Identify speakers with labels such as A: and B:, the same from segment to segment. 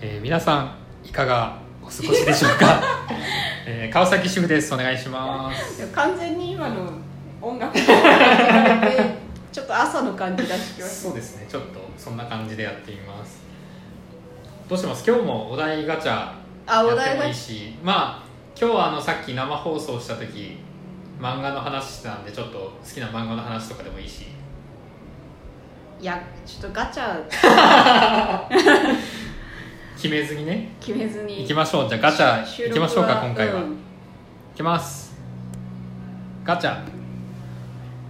A: えー皆さんいかがお過ごしでしょう か、えー川崎主婦ですお願いします
B: 完全に今の音楽の感じでちょっと朝の感じがしてきまし
A: そうですねちょっとそんな感じでやってみますどうします今日もお題ガチャ
B: たあ
A: やっ
B: お
A: て
B: 題
A: も
B: が
A: いいしまあ今日はあのさっき生放送した時漫画の話してたんでちょっと好きな漫画の話とかでもいいし
B: いやちょっとガチャ
A: 決めずにね
B: 決めずに
A: 行きましょうじゃあガチャ
B: 収
A: 行
B: 録
A: きましょうか今回は、
B: うん
A: いきますガチャ、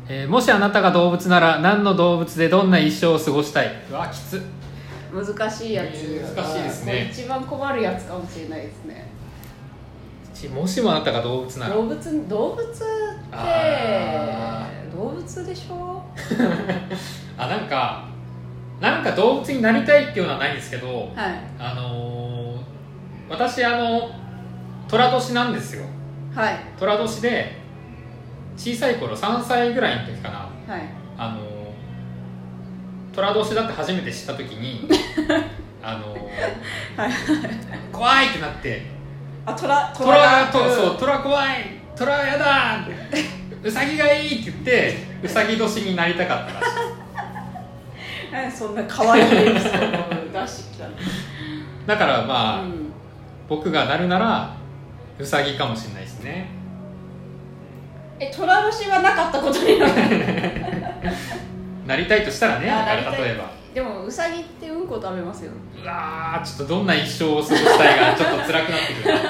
A: えーもしあなたが動物なら何の動物でどんな一生を過ごしたいうわきつ
B: 難しいやつ、
A: 難しいですね
B: これ一番困るやつかもしれないですね
A: ちもしもあなたが動物なら
B: 動物動物って
A: あ
B: 動物でしょ
A: あなんかなんか動物になりたいっていうのはないんですけど
B: はい
A: あのー私あの寅年なんですよ
B: はい
A: 寅年で小さい頃3歳ぐらいの時かな
B: はい
A: あの寅年だって初めて知った時 にあの
B: はい
A: 怖いってなって
B: あト
A: 「
B: ラ
A: 虎が
B: う
A: と
B: ん
A: そう虎怖い虎やだ!」うさぎがいい!」って言ってうさぎ年になりたかったらしい
B: 何そんな可愛いエピソードを出してきたの、
A: だからまあ、
B: うん、
A: 僕がなるならうさぎかもしれないですね
B: えトラ年はなかったことになる
A: なりたいとしたらねだ
B: あ
A: か
B: なり
A: ら
B: たい
A: 例えば
B: でもウサギってうんこ食べますよ
A: うわーちょっとどんな一生を過ごしたいがちょっと辛くなってく るな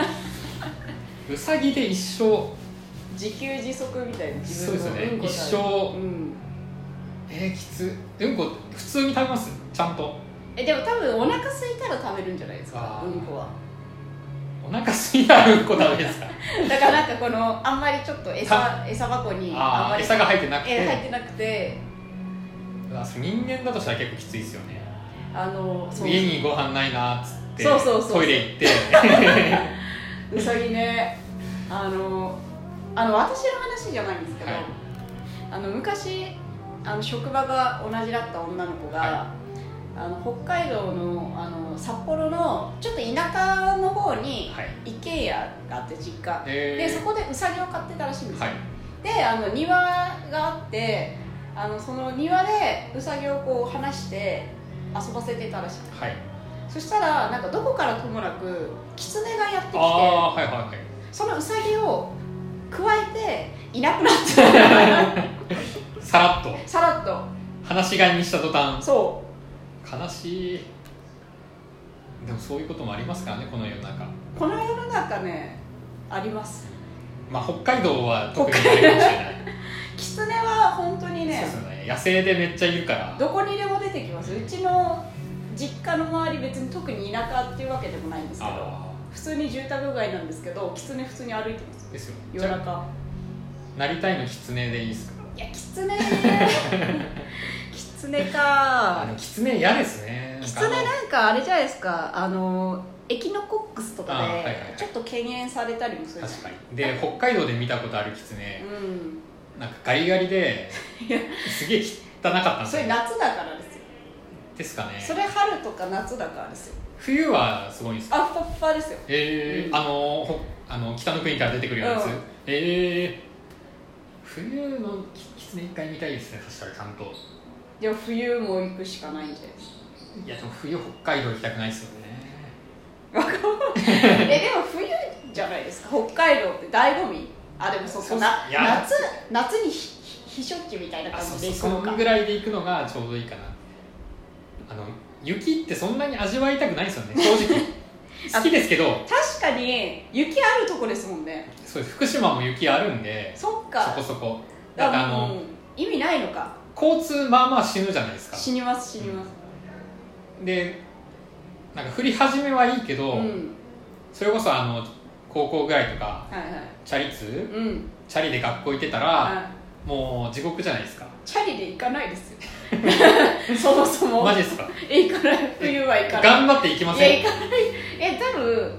A: うさぎで一生
B: 自給自足みたいな自分の
A: そうですよね
B: うんこ
A: 一
B: 食べ
A: 生
B: うん、
A: えー、きつうんこ普通に食べますちゃんと
B: えでも多分お腹空いたら食べるんじゃないですか
A: あー
B: うんこは
A: お腹すいたらうんこ食べるんですか
B: だからなんかこのあんまりちょっと餌餌箱にあん
A: あ
B: ま
A: あ
B: り
A: 餌が入ってなく
B: え入っててなくて
A: うわそれ人間だとしたら結構きついですよね
B: あのそう
A: 家にご飯ないなーっつって
B: そうそうそう
A: トイレ行って
B: ウサギねあのあの私の話じゃないんですけど、
A: はい
B: あの昔あの職場が同じだった女の子が、
A: は
B: あの北海道のあの札幌のちょっと田舎の方に
A: はい
B: 一軒家があって実家、
A: えー
B: でそこでウサギを飼ってたらしいんですよ、
A: はい
B: であの庭があってあのその庭でウサギをこう離して遊ばせてたらしい
A: はい
B: そしたらなんかどこからともなく狐がやってきて
A: ああはいはいはい
B: そのウサギを加えていなくなって
A: さらっと
B: さらっと
A: 放し飼いにした途端
B: そ
A: 悲しいでもそういうこともありますからねこの世の中
B: うこの世の中ねあります
A: まあ北海道は特にあれかもしれない
B: キツネは本当にね
A: そうですよね野生でめっちゃいるから
B: どこにでも出てきますうちの実家の周り別に特に田舎っていうわけでもないんですけど
A: あ
B: 普通に住宅街なんですけどキツネ普通に歩いてます
A: あですよじ
B: 夜
A: ゃ
B: 中
A: あなりたいのキツネでいいですか
B: いやキ ツネねキツネか
A: あのキツネ嫌ですね
B: キツ
A: な
B: ネ
A: んか
B: なんかあれじゃないですかあのエキノコックスとか
A: あはいはいは
B: で
A: い
B: ちょっと敬遠されたりもす
A: あの
B: るじゃ
A: 確かにで北海道で見たことあるキツ
B: ない
A: ネ
B: うん
A: なんかガリガリで
B: いや
A: すげえ汚かったん
B: そ
A: で
B: れ
A: すよ
B: 夏だからですよ
A: ですかね
B: それ春とか夏だからですよ
A: 冬はすごいんですか
B: あふわふわですよ
A: えー
B: うん
A: あのほあの北の国から出てくるやつ、
B: うん
A: えー冬のキキツネ一回見たいですねそしたらちゃんと
B: でも冬も行くしかないんじゃない ですか
A: いやでも冬北海道行きたくないですよね
B: えでも冬じゃないですか北海道って醍醐味あでもそう
A: そ
B: そう
A: っす
B: うない
A: や
B: 夏夏にひひ避暑地みたいな
A: あ
B: 感
A: そう
B: じ
A: そう
B: で
A: そ
B: 行くの
A: の
B: か
A: ぐらいで行くのがちょうどいいかなあの雪ってそんなに味わいたくないですよ ね正直好きですけど
B: 確かに雪あるとこですもんね
A: そう福島も雪あるんで
B: そっ
A: そ
B: か
A: こそこだ
B: だ
A: っ
B: か
A: てあ
B: ら
A: の、
B: もう意味ないのか
A: 交通まあまあ死ぬじゃないですか
B: 死にます死にます
A: でなんか降り始めはいいけど、
B: うん
A: それこそあの高校ぐらいとか
B: はいはい
A: チャリ通
B: うん
A: チャリで学校行ってたら、
B: あ
A: もう地獄じゃないですか
B: チャリで行かないですよ そもそも
A: マジですか
B: え行かない冬は行かない
A: 頑張って行きま
B: い
A: せん
B: や行かないえ多分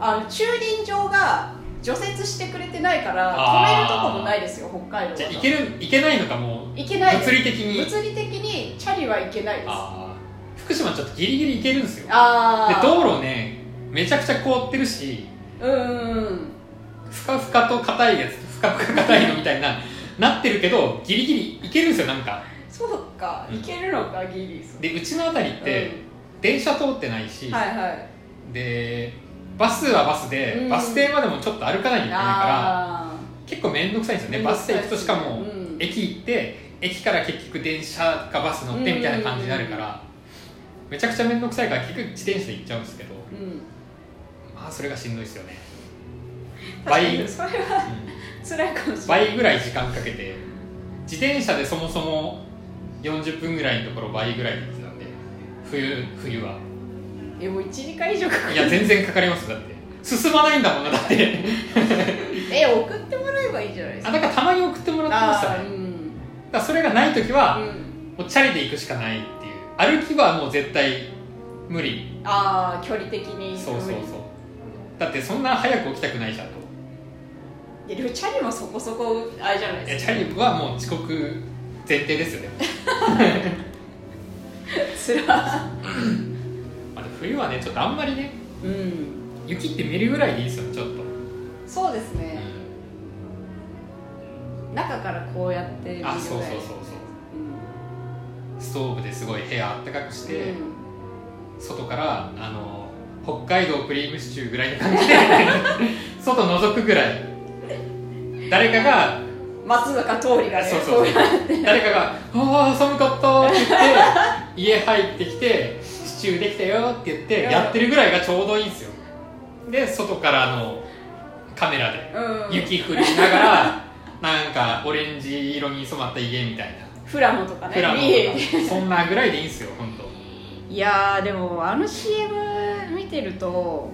B: あの駐輪場が除雪してくれてないから
A: あー
B: 止めるとこもないですよ北海道は
A: じゃあ行ける行けないのかもう
B: 行けないです
A: 物理的に
B: 物理的にチャリは行けないです
A: ああ福島ちょっとギリギリ行けるんですよで
B: ああ
A: 道路ねめちゃくちゃ凍ってるし
B: うんうん
A: ふかふかと硬いやつふかふか硬いのみたいななってるけどギリギリ行けるんですよなんか
B: そうかいけるのかギリス
A: でうちの辺りって、電車通ってないし、
B: うん、はいはい
A: でバスはバスで、
B: うん
A: バス停までもちょっと歩かないといけないから
B: あ
A: 結構面倒くさいんです
B: あ
A: よねバス停行くとしかも、
B: うん
A: 駅行って駅から結局電車かバス乗ってみたいな感じになるから、めちゃくちゃ面倒くさいから結局自転車で行っちゃうんですけど
B: うん
A: まあそれがしんどいですよね倍
B: 確か にそれは辛いかもしれない
A: 倍ぐらい時間かけて自転車でそもそも40分ぐらいのところ倍ぐらいで行ってたんで冬冬は
B: えもう1時間以上かか
A: い
B: る
A: や全然かかりますよだって進まないんだもんなだって
B: え送ってもらえばいいじゃないです
A: あ
B: か
A: だからたまに送ってもらってました
B: あー
A: ね
B: うん
A: だからそれがない時は、
B: うん
A: もうチャリで行くしかないっていう歩きはもう絶対無理
B: ああ距離的に
A: そうそうそうだってそんな早く起きたくないじゃんと
B: いやでもチャリもそこそこあれじゃない
A: いや
B: で
A: チ
B: す
A: ャリはもう遅刻前提ですよね、
B: か辛
A: まあ、で冬はねちょっとあんまりね
B: いうん
A: 雪って見るぐらいでいいですよちょっと、
B: そうですね、
A: う
B: 中からこうやって見
A: ん、
B: るぐらい
A: あそうそうそうそう
B: う
A: ストーブですごい部屋あったかくし
B: ん
A: て、
B: うん
A: 外からあの北海道クリームシチューぐらいの感じで 外覗くぐらい誰かが
B: 松坂桃李がね
A: そうそう
B: こ
A: そう誰かが「ああ寒かった」って言 って家入ってきて「シチューできたよ」って言ってやってるぐらいがちょうどいいんですよで外からあのカメラで
B: ううん、
A: 雪降りながらなんかオレンジ色に染まった家みたいな
B: フラモとかね
A: プラモ
B: 見えて
A: とかそんなぐらいでいいんですよ本当
B: いやーでもあの CM 見てると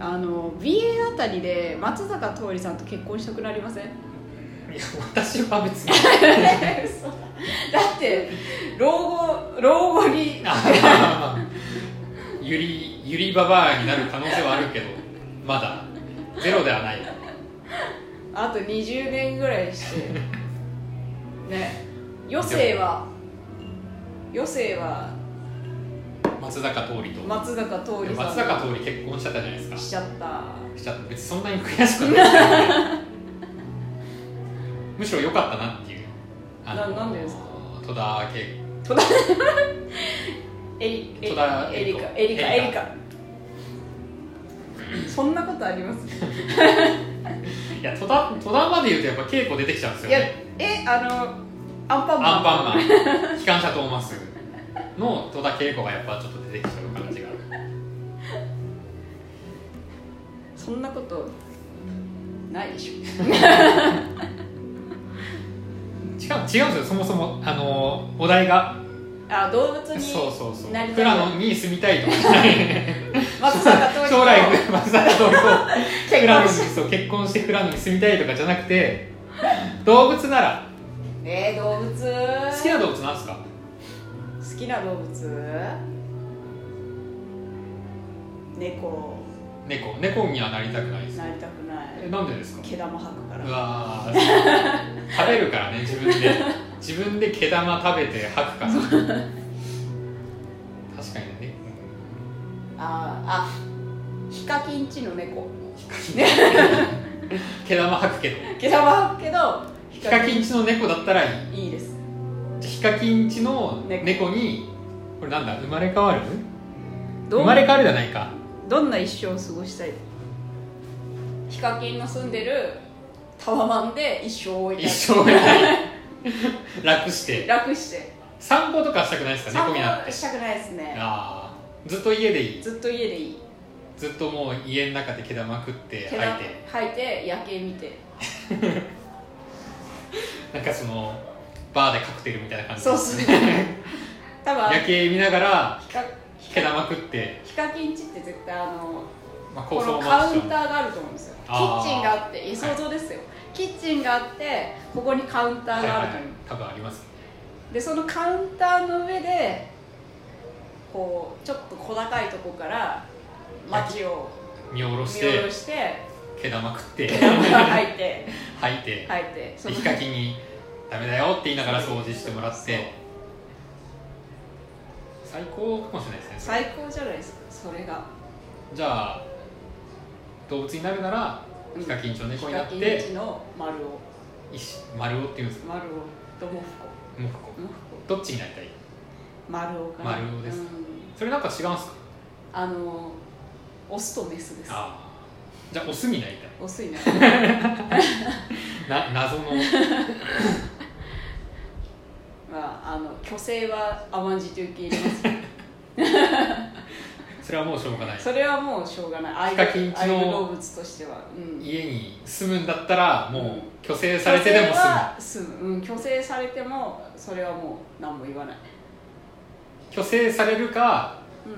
B: あの BA あたりで松坂桃李さんと結婚したくなりません
A: いや私は別に
B: 嘘だだって老後老後に
A: あ ゆりゆりババアになる可能性はあるけどまだゼロではない
B: あと20年ぐら いしてね余生は余生は
A: 松坂桃李と
B: 松坂桃李さん
A: 松
B: と
A: 坂桃李結婚しちゃったじゃないですか
B: しちゃ った
A: しちゃった別にそんなに悔しくないむしろ良かったなっていう
B: ななんでですか
A: 戸田恵
B: エリエリ
A: 戸田
B: エ
A: 恵
B: リ
A: 子
B: カエリカ
A: エ
B: エ
A: リ
B: リカそんなことあります
A: 子いや戸田戸田まで言うとやっぱ恵子出てきちゃうんです
B: い
A: よ
B: や
A: ね
B: えあのアンパンマン
A: アンパンマン機関車トーマスの戸田恵子がやっぱちょっと出てきちゃう感じが
B: そんなことないでしょ
A: 違う違うんですよそもそもあのお題が
B: あ動物に
A: そうそうそう
B: なりたい
A: 富良野に住みたい とかじゃない
B: 松坂桃李と
A: 将来松坂桃李と
B: 結
A: フラノ
B: 婚
A: に
B: し
A: そう結婚してフラノに住みたいとかじゃなくて動物なら
B: えー、動物
A: 好きな動物なんですか
B: 好きな動物猫
A: 猫猫にはなりたくないです
B: なりたくな
A: え
B: い
A: なんでですか
B: 毛玉吐くから
A: うわ ー食べるからね自分で自分で毛玉食べて吐くから確かにね
B: あーあヒカキンチの猫
A: 毛玉吐くけど
B: 毛玉吐くけどヒ
A: ヒカキンちの猫だったらいい
B: いいです
A: じゃあヒカキンちの
B: 猫
A: 猫にこれなんだ生まれ変わる
B: どう
A: 生まれ変わるじゃないか
B: どんな一生を過ごしたいヒカキンの住んでるタワマンで一生を終え
A: 一
B: たい
A: 生が ない楽して
B: 楽して
A: 散歩とかしたくないですか猫になって
B: したくないですね
A: ああずっと家でいい
B: ずっと家でいい
A: ずっともう家の中で毛玉食って吐
B: 毛
A: い
B: 玉
A: て
B: 吐いて夜景見て
A: なんかそのバーでカクテルみたいな感じで
B: そう っすね多分
A: 夜景見ながら
B: ヒカ
A: 毛玉食って、
B: ヒカキンチって絶対あの
A: まあ、高
B: こ
A: 層
B: の
A: マ
B: カ
A: ン
B: ウ
A: シ
B: ン
A: ョン
B: ターがあると思うんですよキ
A: あー
B: ッチンがあっていや想像ですよ、キッチンがあってここにカウンター
A: はい
B: があ
A: は
B: ると思う、
A: い多分ありますね
B: でそのカウンターの上でこうちょっと小高いとこから街を
A: 見下ろ
B: 見
A: し
B: 下ろ
A: て
B: して
A: 毛玉食って
B: 毛玉入って
A: 吐いて
B: 入ってそ
A: で
B: の
A: ヒカキンに「ダメだよ」って言いながら掃除してもらって最高かもしれないですねそれ
B: 最高じゃないですかそれが
A: じゃあ動物になるならヒカキンチョウネコになっ
B: ヒカキン
A: て
B: チの丸尾
A: 石丸尾っていうんですか
B: 丸尾とモフ
A: モフコ
B: コモフ
A: どっちになりたい
B: コ丸尾かな
A: 丸尾です
B: うん
A: それなんか違うんすか
B: あのオスとメスです
A: ああじゃあオスになりたい
B: オスになる
A: な謎 の
B: まああの虚勢は甘んじて受け入れますけど
A: それはもうしょう がない
B: それはもうしょうがない愛
A: ヒカキンチの
B: 愛の動物としては、うん、
A: 家に住むんだったらもう虚勢され
B: 虚
A: てで
B: 勢
A: も住む
B: は住む、うん、虚勢されてもそれはもう何も言わない、
A: 虚勢されるか
B: う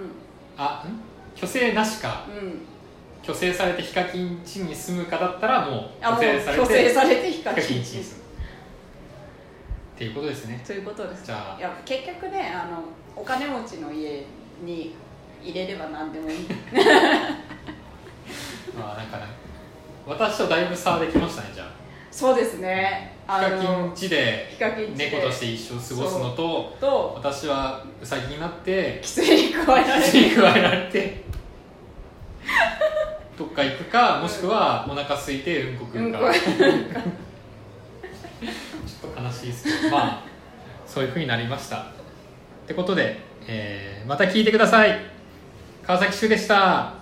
A: あん虚勢なしか
B: んうん、
A: 虚勢されてヒカキン地に住むかだったらもう
B: あもう
A: 虚勢され
B: 虚勢
A: て
B: されてヒ
A: ヒ
B: カ
A: カ
B: キ
A: キ
B: ン
A: ン地に住むっていうことですね
B: ということです
A: じゃあ
B: いや結局ねあのお金持ちの家に入れれば何でもいい
A: まあなんかね私とだいぶ差はできましたねじゃあ
B: そうですねあ
A: ヒカキン
B: の
A: 地で
B: ヒカキン地で
A: 猫として一生過ごすのと
B: と
A: 私はウサギになって
B: 規制に加えられ
A: 口
B: る
A: に加えられてどっか行く かもしくはお腹空いてうんこくんか、
B: うんこ
A: ちょっと悲しいですけどまあそういうふうになりましたってことで、えーまた聞いてください川崎修でした